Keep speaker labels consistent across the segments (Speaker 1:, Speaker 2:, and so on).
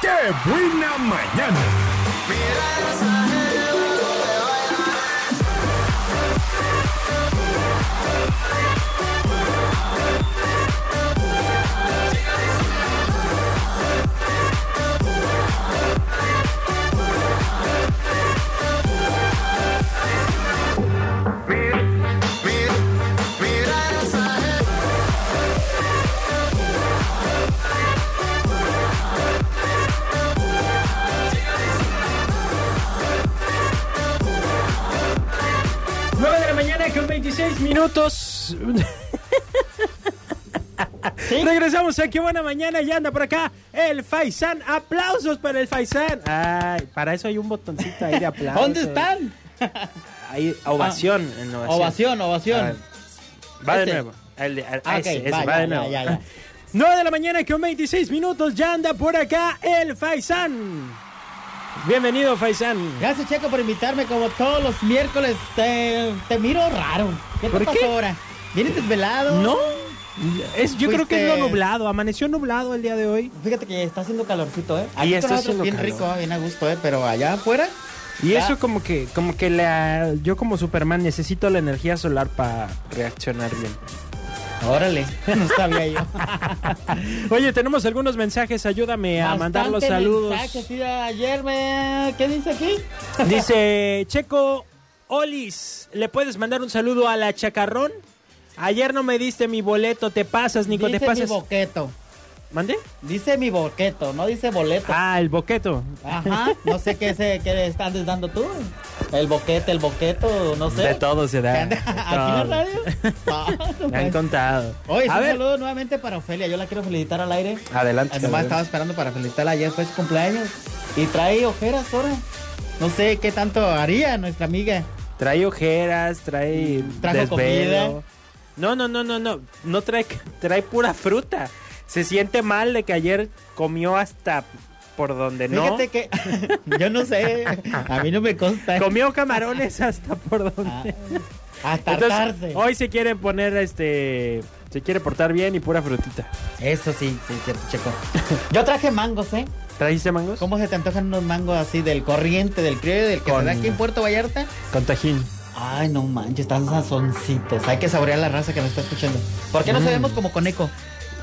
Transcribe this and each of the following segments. Speaker 1: ¡Qué buena mañana!
Speaker 2: Nueve de la mañana con 26 minutos. Regresamos a qué buena mañana y anda por acá el Faisán. Aplausos para el Faisán. Ay, para eso hay un botoncito ahí de aplausos.
Speaker 3: ¿Dónde están?
Speaker 2: Hay ovación en ovación.
Speaker 3: Ovación, ovación.
Speaker 2: Ah, Va de
Speaker 3: Ese.
Speaker 2: nuevo. El de- al-
Speaker 3: Ah, ok,
Speaker 2: ese, ese,
Speaker 3: va,
Speaker 2: va
Speaker 3: ya,
Speaker 2: de nuevo.
Speaker 3: ya, ya, ya.
Speaker 2: 9 de la mañana con 26 minutos. Ya anda por acá el Faisán. Bienvenido, Faisán.
Speaker 3: Gracias, Checo, por invitarme. Como todos los miércoles, te, te miro raro. ¿Qué te
Speaker 2: ¿Por
Speaker 3: pasó
Speaker 2: qué?
Speaker 3: ahora? ¿Vienes desvelado?
Speaker 2: No, es, yo creo que es lo
Speaker 3: Fuiste-
Speaker 2: nublado. Amaneció nublado el día de hoy.
Speaker 3: Fíjate que está haciendo calorcito, ¿eh?
Speaker 2: Y
Speaker 3: con
Speaker 2: está
Speaker 3: nosotros
Speaker 2: haciendo
Speaker 3: bien
Speaker 2: calor.
Speaker 3: rico, bien a gusto, ¿eh? Pero allá afuera...
Speaker 2: Y
Speaker 3: Ya.
Speaker 2: eso como que, como que la, yo como Superman necesito la energía solar para reaccionar bien.
Speaker 3: Órale, no sabía yo.
Speaker 2: Oye, tenemos algunos mensajes, ayúdame a mandar los
Speaker 3: Bastante
Speaker 2: saludos.
Speaker 3: mensaje, sí, ayer me... ¿Qué dice aquí?
Speaker 2: Dice Checo Olis, ¿le puedes mandar un saludo a la Chacarrón? Ayer no me diste mi boleto, te pasas, Nico,
Speaker 3: dice
Speaker 2: te pasas.
Speaker 3: mi boqueto.
Speaker 2: ¿Mande?
Speaker 3: Dice mi boqueto, no dice boleto.
Speaker 2: Ah, el boqueto.
Speaker 3: Ajá, no sé qué, se, qué estás dando tú. El boquete, el boqueto, no sé.
Speaker 2: De todo se da.
Speaker 3: ¿Aquí
Speaker 2: de
Speaker 3: en la
Speaker 2: todo.
Speaker 3: radio? No, no
Speaker 2: Me han
Speaker 3: puede.
Speaker 2: contado.
Speaker 3: Oye,
Speaker 2: a
Speaker 3: un
Speaker 2: ver, Ah,
Speaker 3: saludo nuevamente para Ofelia. Yo la quiero felicitar al aire.
Speaker 2: adelante.
Speaker 3: Además, estaba esperando para felicitarla. Ayer fue su cumpleaños. Y trae ojeras ahora. No sé qué tanto haría nuestra amiga.
Speaker 2: Trae ojeras, trae
Speaker 3: Trajo
Speaker 2: desvelo.
Speaker 3: comida.
Speaker 2: No, no, no, no, no. No trae, trae pura fruta. Se siente mal de que ayer comió hasta por donde no.
Speaker 3: Fíjate que. yo no sé. A mí no me consta.
Speaker 2: Comió camarones hasta por donde.
Speaker 3: Ah, hasta
Speaker 2: Entonces,
Speaker 3: hartarse.
Speaker 2: hoy se quiere poner este. Se quiere portar bien y pura frutita.
Speaker 3: Eso sí, sí, cierto, checo. Yo traje mangos, ¿eh?
Speaker 2: ¿Trajiste mangos?
Speaker 3: ¿Cómo se te antojan unos mangos así del corriente, del criollo, del que
Speaker 2: Con-
Speaker 3: se da aquí en Puerto Vallarta?
Speaker 2: Con tajín.
Speaker 3: Ay, no manches, están sazoncitos. Hay que saborear la raza que nos está escuchando. ¿Por qué no
Speaker 2: Mm.
Speaker 3: se vemos como con eco?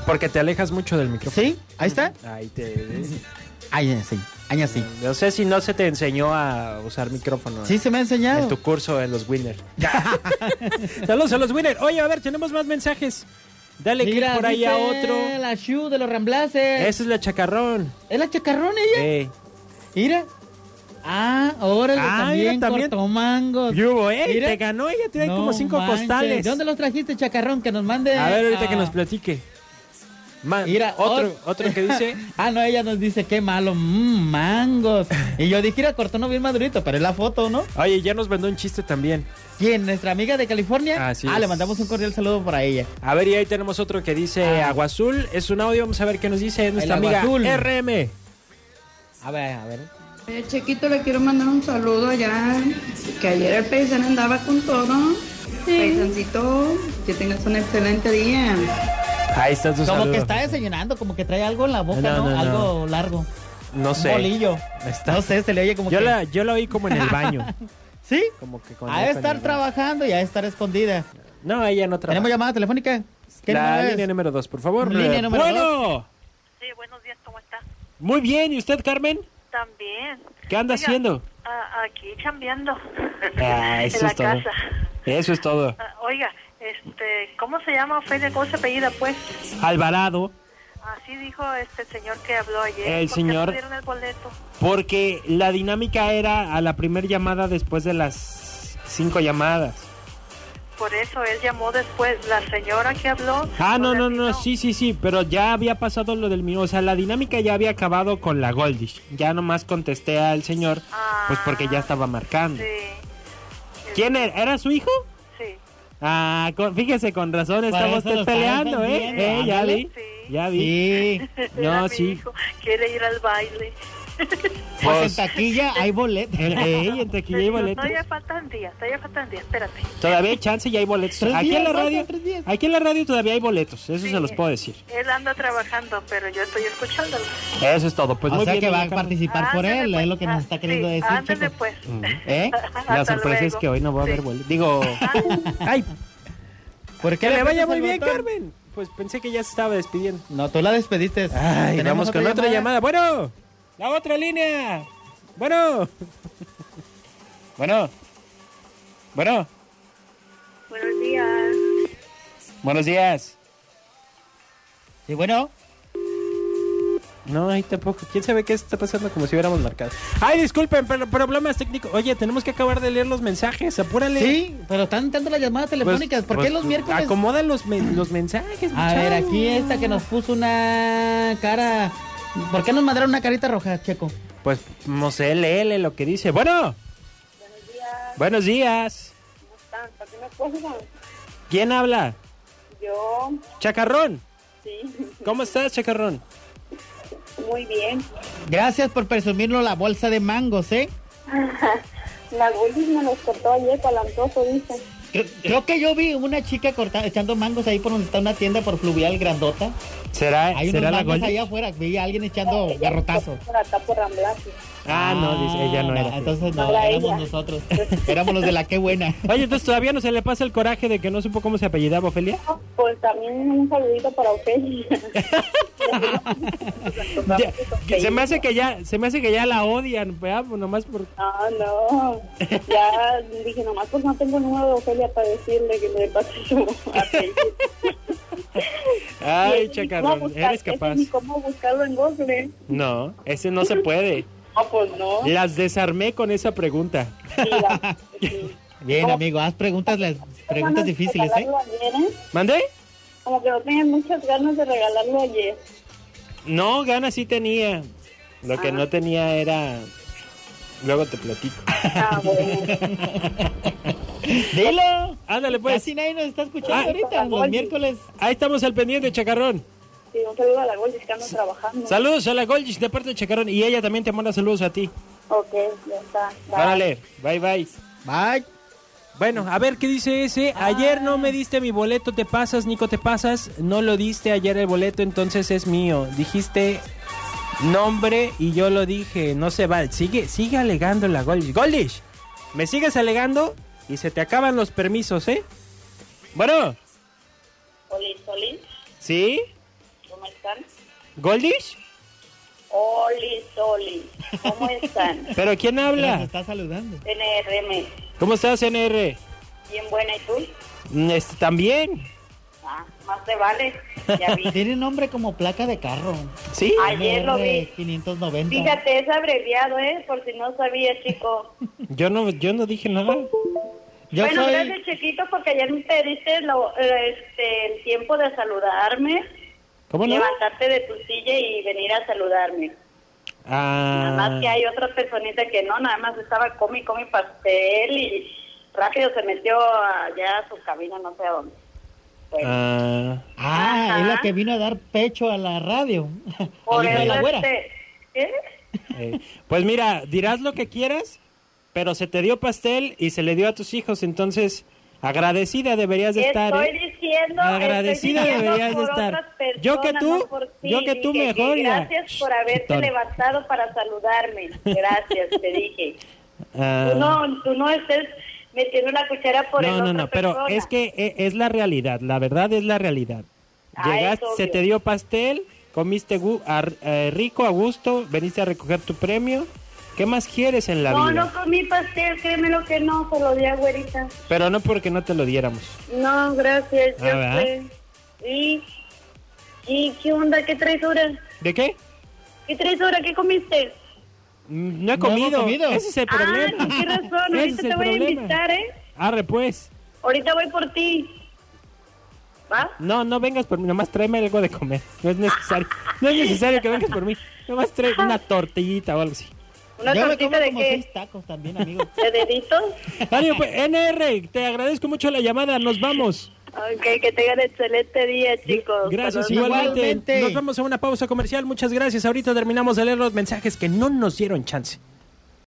Speaker 2: Porque te alejas mucho del micrófono.
Speaker 3: ¿Sí? ¿Ahí está?
Speaker 2: Ahí te.
Speaker 3: Ay, sí. Ay, sí.
Speaker 2: No sé si no se te enseñó a usar micrófono.
Speaker 3: Sí, se me ha
Speaker 2: En
Speaker 3: enseñado.
Speaker 2: tu curso en los Winner. Saludos a los Winner. Oye, a ver, tenemos más mensajes. Dale clic
Speaker 3: Mira,
Speaker 2: por ahí a
Speaker 3: dice
Speaker 2: otro.
Speaker 3: La Shu de los Ramblases. Es,
Speaker 2: Esa es la chacarrón.
Speaker 3: la chacarrón ella.
Speaker 2: Eh,
Speaker 3: Mira. Ah, órale,
Speaker 2: Ah,
Speaker 3: también,
Speaker 2: mira, también.
Speaker 3: cortomangos.
Speaker 2: ¿qué hubo, eh?
Speaker 3: Pues, Mira.
Speaker 2: Te ganó ella, trae
Speaker 3: No
Speaker 2: como cinco
Speaker 3: manches.
Speaker 2: costales.
Speaker 3: ¿De dónde los trajiste, chacarrón? Que nos mande.
Speaker 2: A ver, ahorita
Speaker 3: a-
Speaker 2: que nos platique. Ma-
Speaker 3: Mira, oh.
Speaker 2: otro,
Speaker 3: ot-
Speaker 2: otro que dice.
Speaker 3: Ah, no, ella nos dice qué malo, mmm, mangos. Y yo dije, era cortón bien madurito, pero es la foto, ¿no?
Speaker 2: Oye, ya nos mandó un chiste también.
Speaker 3: ¿Quién? ¿Nuestra amiga de California?
Speaker 2: Así
Speaker 3: ah,
Speaker 2: es.
Speaker 3: le mandamos un cordial saludo para ella.
Speaker 2: A ver, y ahí tenemos otro que dice
Speaker 3: Ah.
Speaker 2: Agua Azul. Es un audio, vamos a ver qué nos dice nuestra
Speaker 3: El Agua
Speaker 2: amiga
Speaker 3: Azul.
Speaker 2: RM.
Speaker 3: A ver, a ver.
Speaker 4: Eh, Chiquito, le quiero mandar un saludo allá, que ayer el paisán andaba con todo. Paisancito, que tengas un excelente día.
Speaker 2: Ahí está tu
Speaker 3: Como
Speaker 2: saludo.
Speaker 3: que está desayunando, como que trae algo en la boca,
Speaker 2: No,
Speaker 3: ¿no?
Speaker 2: no, no.
Speaker 3: Algo largo.
Speaker 2: No sé.
Speaker 3: Un bolillo.
Speaker 2: Está-
Speaker 3: No sé, se le oye como
Speaker 2: Yo
Speaker 3: que...
Speaker 2: la, yo la oí como en el baño.
Speaker 3: ¿Sí?
Speaker 2: Como que con
Speaker 3: Ha de
Speaker 2: esa
Speaker 3: estar
Speaker 2: energía.
Speaker 3: trabajando y ha de estar escondida.
Speaker 2: No, ella no trabaja.
Speaker 3: ¿Tenemos llamada telefónica? ¿Qué
Speaker 2: la
Speaker 3: número es?
Speaker 2: línea número dos, por favor.
Speaker 3: Línea
Speaker 2: Eh,
Speaker 3: número
Speaker 2: bueno,
Speaker 5: Sí, buenos días, ¿cómo está?
Speaker 2: muy bien. ¿Y usted, Carmen?
Speaker 5: También.
Speaker 2: ¿Qué anda
Speaker 5: Oiga,
Speaker 2: haciendo?
Speaker 5: a- aquí chambeando.
Speaker 2: Ah, eso
Speaker 5: en la
Speaker 2: es todo.
Speaker 5: casa.
Speaker 2: Eso es todo.
Speaker 5: Ah, oiga, este, ¿cómo se llama Ofelia? ¿Cómo se apellida, pues?
Speaker 2: Alvarado,
Speaker 5: Así dijo este señor que habló ayer.
Speaker 2: El
Speaker 5: ¿Por qué
Speaker 2: señor-
Speaker 5: no dieron el boleto?
Speaker 2: porque la dinámica era a la primera llamada después de las cinco llamadas.
Speaker 5: Por eso él llamó después. La señora que habló.
Speaker 2: Ah, no, no,
Speaker 5: lo
Speaker 2: no,
Speaker 5: terminó.
Speaker 2: sí, sí, sí, pero ya había pasado lo del mío. O sea, la dinámica ya había acabado con la Goldish. Ya nomás contesté al señor,
Speaker 5: Ah,
Speaker 2: pues porque ya estaba marcando.
Speaker 5: Sí.
Speaker 2: ¿Quién era? ¿Era su hijo?
Speaker 5: Sí.
Speaker 2: Ah, con- fíjese, con razón
Speaker 3: Para
Speaker 2: estaba
Speaker 3: eso
Speaker 2: usted
Speaker 3: lo estaban
Speaker 2: peleando, ¿eh?
Speaker 3: vendiendo,
Speaker 2: Eh, ya
Speaker 3: ándale.
Speaker 2: vi,
Speaker 5: Sí.
Speaker 2: ya vi.
Speaker 3: Sí.
Speaker 5: Era
Speaker 2: No,
Speaker 5: mi
Speaker 2: sí.
Speaker 5: hijo, Quiere ir al baile.
Speaker 3: Pues en taquilla hay boleto.
Speaker 2: En, ey, en taquilla hay boletos.
Speaker 5: Todavía faltan días, todavía faltan días, espérate.
Speaker 2: Todavía hay chance y hay boletos.
Speaker 3: Tres
Speaker 2: Aquí en la
Speaker 3: días,
Speaker 2: radio,
Speaker 3: faltan tres días.
Speaker 2: aquí en la radio todavía hay boletos, eso
Speaker 5: Sí.
Speaker 2: se los puedo decir.
Speaker 5: Él anda trabajando, pero yo estoy escuchándolo.
Speaker 2: Eso es todo. Pues
Speaker 3: o
Speaker 2: muy
Speaker 3: sea
Speaker 2: bien,
Speaker 3: que va
Speaker 2: doña
Speaker 3: a
Speaker 2: Carmen.
Speaker 3: participar por
Speaker 5: Ándale,
Speaker 3: él,
Speaker 5: pues.
Speaker 3: es lo que
Speaker 5: Ah,
Speaker 3: nos está queriendo
Speaker 5: sí,
Speaker 3: decir,
Speaker 5: ándale,
Speaker 3: chicos.
Speaker 5: pues.
Speaker 3: ¿Eh?
Speaker 2: Mm. La
Speaker 5: Hasta
Speaker 2: sorpresa es
Speaker 5: luego.
Speaker 2: que hoy no va a haber
Speaker 5: Sí. Ah.
Speaker 2: boletos. Digo, ay,
Speaker 3: ¿Por
Speaker 2: que le vaya
Speaker 3: aprietas
Speaker 2: muy
Speaker 3: el
Speaker 2: bien,
Speaker 3: botón?
Speaker 2: Carmen. Pues pensé que ya se estaba despidiendo.
Speaker 3: No, tú la despediste.
Speaker 2: Ay,
Speaker 3: Tenemos
Speaker 2: vamos con otra llamada. Bueno, la otra línea. Bueno. Bueno. Bueno,
Speaker 5: Buenos días.
Speaker 2: buenos días.
Speaker 3: Sí, bueno.
Speaker 2: No, ahí tampoco. ¿Quién sabe qué está pasando como si hubiéramos marcado? Ay, disculpen, pero problemas técnicos. Oye, tenemos que acabar de leer los mensajes. Apúrale.
Speaker 3: Sí, pero están entrando las llamadas
Speaker 2: Pues,
Speaker 3: telefónicas. ¿Por qué
Speaker 2: ah,
Speaker 3: los miércoles?
Speaker 2: Acomoda los, men- los mensajes.
Speaker 3: A
Speaker 2: muchacho.
Speaker 3: ver, aquí esta que nos puso una cara. ¿Por qué nos mandaron una carita roja, Checo?
Speaker 2: Pues, no sé, léele lo que dice. Bueno. Buenos días. ¿Quién habla?
Speaker 1: Yo,
Speaker 2: Chacarrón.
Speaker 1: sí,
Speaker 2: ¿Cómo estás, Chacarrón?
Speaker 1: muy bien.
Speaker 3: Gracias por presumirnos la bolsa de mangos, ¿eh?
Speaker 1: La Willis me los cortó ayer palantoso, dice.
Speaker 3: Creo, creo que yo vi una chica corta, echando mangos ahí por donde está una tienda por fluvial grandota.
Speaker 2: ¿Será,
Speaker 3: Hay unos
Speaker 2: será la
Speaker 3: mangos
Speaker 2: gol?
Speaker 3: allá afuera. Vi a alguien echando garrotazos.
Speaker 1: Por acá, por Ramblas.
Speaker 2: Ah, no, dice, ella no
Speaker 3: Ah,
Speaker 2: era.
Speaker 3: Entonces
Speaker 1: No
Speaker 3: no,
Speaker 1: era
Speaker 3: éramos
Speaker 1: ella.
Speaker 3: nosotros. éramos los de la qué buena.
Speaker 2: Oye, entonces todavía no se le pasa el coraje de que no supo cómo se apellidaba Ofelia.
Speaker 1: Pues también un saludito para usted.
Speaker 2: Ya, que se me hace que ya, se me hace que ya la odian, ¿verdad? Pues nomás por
Speaker 1: Ah, no. Ya dije, nomás pues no tengo el número de Ofelia para decirle que le pase su apellido.
Speaker 2: Ay,
Speaker 1: Y ese ni cómo
Speaker 2: chacarrón,
Speaker 1: buscar-
Speaker 2: eres
Speaker 1: ese
Speaker 2: capaz.
Speaker 1: Ni cómo buscarlo en Google.
Speaker 2: No, ese no se puede.
Speaker 1: No, pues no.
Speaker 2: Las desarmé con esa pregunta.
Speaker 1: Mira, sí.
Speaker 3: Bien,
Speaker 1: No.
Speaker 3: amigo, haz preguntas, las preguntas
Speaker 1: Ganas de
Speaker 3: difíciles, ¿eh?
Speaker 1: regalarlo ayer, ¿eh?
Speaker 2: ¿Mandé?
Speaker 1: Como que no tenía muchas ganas de regalarlo ayer.
Speaker 2: No, ganas sí tenía. Lo que
Speaker 1: Ah.
Speaker 2: no tenía era. Luego te platico.
Speaker 1: Ah, bueno.
Speaker 3: Dilo.
Speaker 2: Ándale, pues.
Speaker 3: Casi nadie nos está escuchando
Speaker 2: Ah.
Speaker 3: ahorita, los miércoles.
Speaker 2: Ahí estamos al pendiente, chacarrón.
Speaker 1: Sí, un saludo a la Goldis que andan trabajando.
Speaker 2: Saludos a la Goldish de parte de Chacarrón. Y ella también te manda saludos a ti.
Speaker 1: Ok, ya está. Bye.
Speaker 2: Órale, bye bye.
Speaker 3: Bye.
Speaker 2: Bueno, a ver qué dice ese. Ayer no me diste mi boleto, te pasas, Nico, te pasas. No lo diste ayer el boleto, entonces es mío. Dijiste nombre y yo lo dije. No se va. Sigue, sigue alegando la Goldish. Goldish, me sigues alegando y se te acaban los permisos, ¿eh? Bueno,
Speaker 1: Oli, Oli,
Speaker 2: ¿sí?
Speaker 1: ¿cómo están?
Speaker 2: ¿Goldish?
Speaker 1: Oli, Oli, ¿cómo están?
Speaker 2: ¿Pero quién
Speaker 3: Nos
Speaker 2: habla?
Speaker 3: está saludando.
Speaker 1: NRM,
Speaker 2: ¿Cómo estás, NR?
Speaker 1: bien buena, ¿y tú?
Speaker 2: Mm, este, También.
Speaker 1: Ah, más te vale, ya vi.
Speaker 3: Tiene nombre como placa de carro.
Speaker 2: ¿Sí?
Speaker 1: Ayer lo vi.
Speaker 3: 590.
Speaker 1: Fíjate, es abreviado, ¿eh? Por si no sabía, chico.
Speaker 2: Yo no, yo no dije nada.
Speaker 3: Yo
Speaker 1: bueno,
Speaker 3: soy.
Speaker 1: gracias, chiquito, porque ayer me pediste lo- eh, este, el tiempo de saludarme,
Speaker 2: ¿Cómo no?
Speaker 1: levantarte de tu silla y venir a saludarme. Nada
Speaker 2: Ah,
Speaker 1: más que hay otra personita que no, nada más estaba comi, comi pastel y rápido se metió allá a su cabina, no sé a dónde. Bueno,
Speaker 2: ah.
Speaker 3: Ah,
Speaker 1: Ajá.
Speaker 3: es la que vino a dar pecho a la radio. Al
Speaker 1: por
Speaker 3: hijo de
Speaker 1: eso
Speaker 3: la güera.
Speaker 1: este, ¿eh?
Speaker 2: Eh, pues mira, dirás lo que quieras, pero se te dio pastel y se le dio a tus hijos, entonces agradecida deberías de estar.
Speaker 1: estoy
Speaker 2: ¿eh?
Speaker 1: diciendo,
Speaker 2: Agradecida
Speaker 1: estoy diciendo
Speaker 2: deberías de
Speaker 1: por
Speaker 2: estar.
Speaker 1: otras personas,
Speaker 2: Yo que tú,
Speaker 1: no por ti,
Speaker 2: yo que tú
Speaker 1: dije,
Speaker 2: mejor, mira.
Speaker 1: Gracias por
Speaker 2: Shh,
Speaker 1: haberte
Speaker 2: chitón.
Speaker 1: levantado para saludarme. Gracias, te dije.
Speaker 2: Ah,
Speaker 1: Tú no, tú no estés metiendo la cuchara por el
Speaker 2: no, no,
Speaker 1: otra
Speaker 2: no, pero
Speaker 1: persona.
Speaker 2: es que e- es la realidad, la verdad es la realidad.
Speaker 1: Ah,
Speaker 2: Llegaste,
Speaker 1: es
Speaker 2: se
Speaker 1: obvio.
Speaker 2: te dio pastel, comiste gu- a- eh, rico, a gusto, veniste a recoger tu premio. ¿Qué más quieres en la
Speaker 1: No,
Speaker 2: vida?
Speaker 1: no comí pastel, créeme lo que no, se lo di a güerita.
Speaker 2: Pero no porque no te lo diéramos.
Speaker 1: No, gracias,
Speaker 2: Ah,
Speaker 1: yo
Speaker 2: ¿verdad?
Speaker 1: sé. ¿Y, ¿Y qué onda? ¿Qué traidora?
Speaker 2: ¿De qué?
Speaker 1: ¿Qué traidora? ¿Qué comiste?
Speaker 2: Mm, No he
Speaker 3: No hemos
Speaker 2: comido.
Speaker 3: comido.
Speaker 2: Ese es el
Speaker 1: Ah,
Speaker 2: problema.
Speaker 1: no, qué razón,
Speaker 2: Ese
Speaker 1: ahorita
Speaker 2: es el
Speaker 1: te voy a
Speaker 2: problema.
Speaker 1: invitar, ¿eh?
Speaker 2: Arre, pues.
Speaker 1: Ahorita voy por ti. ¿Va?
Speaker 2: No, no vengas por mí, nomás tráeme algo de comer. No es necesario. No es necesario que vengas por mí. Nomás trae una tortillita o algo así.
Speaker 1: ¿Una
Speaker 3: Yo me como
Speaker 1: tortita de
Speaker 3: como
Speaker 1: qué?
Speaker 2: ¿eh?
Speaker 3: seis tacos también, amigo.
Speaker 1: ¿De deditos?
Speaker 2: Ánimo, pues, NR, te agradezco mucho la llamada. Nos vamos.
Speaker 1: Ok, que tengan excelente día, chicos.
Speaker 2: Gracias,
Speaker 1: Saludos.
Speaker 2: igualmente.
Speaker 3: Igualmente.
Speaker 2: Nos vamos a una pausa comercial. Muchas gracias. Ahorita terminamos de leer los mensajes que no nos dieron chance.